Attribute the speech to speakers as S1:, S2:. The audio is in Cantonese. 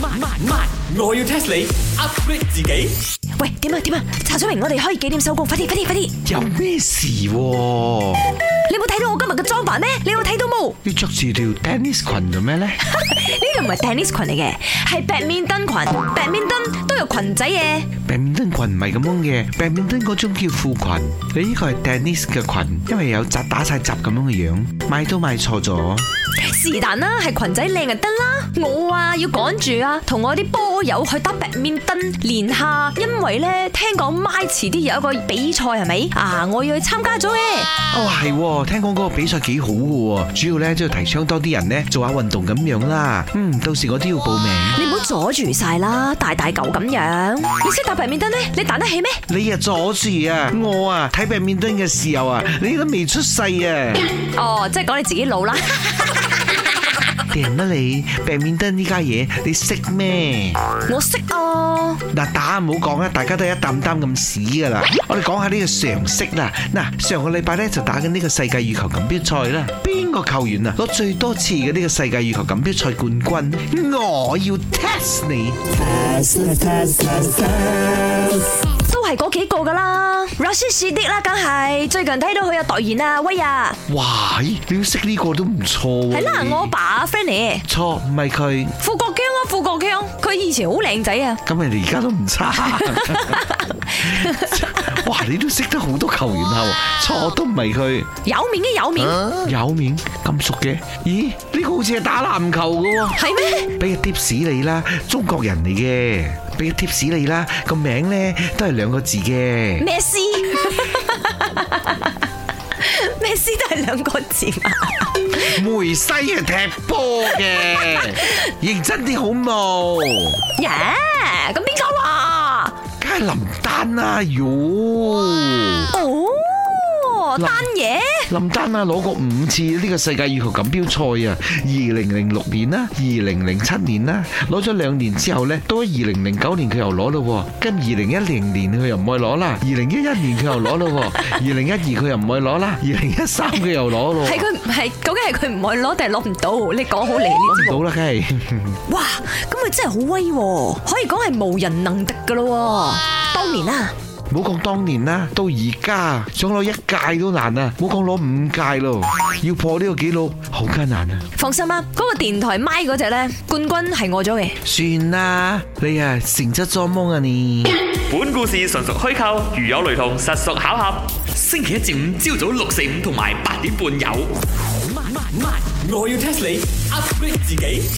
S1: 慢慢慢，我要 test 你 upgrade 自己。
S2: 喂，點啊點啊！查水明，我哋可以幾點收工？快啲快啲快啲！
S3: 有咩事喎、
S2: 你冇睇到我今日嘅裝扮咩？你有睇到冇？
S3: 你着住條 tennis 裙做咩咧？
S2: 呢個唔係 tennis 裙嚟嘅，係 badminton 裙。badminton 都有裙仔嘅。
S3: badminton 裙唔係咁樣嘅，badminton 嗰種叫褲裙，你呢個係 tennis 嘅裙，因為有扎打晒雜咁樣嘅樣，買都買錯咗。哦
S2: 是但啦，係裙仔靚就得啦。我啊要趕住啊，同我啲波友去打 badminton 練下，因為咧聽講 my 遲啲有一個比賽係咪？啊，我要去參加咗嘅。
S3: 哦，係喎，聽講嗰個比賽幾好嘅喎，主要咧都要提倡多啲人咧做下運動咁樣啦。嗯，到時我都要報名。
S2: 你唔好阻住晒啦，大大嚿咁樣。你識打白面燈咩？你彈得起咩？
S3: 你啊阻住啊，我啊睇 badminton 嘅時候啊，你都未出世啊！
S2: 哦，即係講你自己老啦。
S3: 掂啦你，badminton 呢家嘢你識咩？
S2: 我識啊，
S3: 嗱，打唔好講啦，啊大家都係一擔擔咁屎噶啦。我哋講下呢個常識啦。嗱，上個禮拜咧就打緊呢個世界羽球錦標賽啦。邊個球員啊攞最多次嘅呢個世界羽球錦標賽冠軍？我要 test 你。
S2: 都係嗰幾個噶啦。Rashid Shiddick 啦，梗係最近睇到佢有代言啊，威啊，
S3: 哇，咦你要識呢個都唔錯喎。
S2: 係啦，我爸 friend 嚟，
S3: 錯唔係佢，
S2: 傅國強啊，傅國強，佢以前好靚仔啊。
S3: 咁人哋而家都唔差。 哇，你都識得好多球員啊喎！錯都唔係佢。
S2: 有面嘅有面，
S3: 有面咁熟嘅？咦，呢、個好似係打籃球嘅喎。
S2: 係咩？
S3: 俾個 tips 你啦，中國人嚟嘅，俾個 tips 你啦，個名咧都係兩個字嘅。
S2: 咩斯？ 咩斯都係兩個字嘛。
S3: 梅西係踢波嘅，認真啲好冇？
S2: 耶，咁邊個啊？
S3: 梗係林丹啦，喲，
S2: 哦，
S3: 嗱
S2: 單嘢。
S3: 林丹啊攞過五次呢個世界羽球錦標賽啊，二零零六年啦，二零零七年啦，攞咗兩年之後咧，到咗二零零九年佢又攞咯喎，跟二零一零年佢又唔去攞啦，二零一一年佢又攞咯 喎，二零一二佢又唔去攞啦，二零一三佢又攞咯喎。
S2: 系佢唔系，究竟係佢唔去攞定係攞唔到？你講好嚟呢
S3: 到啦，梗係
S2: 招，哇！咁佢真係好威喎，可以講係無人能敵噶咯喎。當年啊，
S3: 唔好講當年啦，到而家想攞一屆都難啊，唔好講攞五屆咯，要破呢個紀錄好艱難啊！
S2: 放心啦，嗰、個電台咪嗰只咧，冠軍係我咗嘅。
S3: 算啦，你啊成質裝蒙啊你。
S1: 本故事純屬虛構，如有雷同，實屬巧合。星期一至五朝早六四五同埋八點半有。慢慢慢，我要 test 你 upgrade 自己。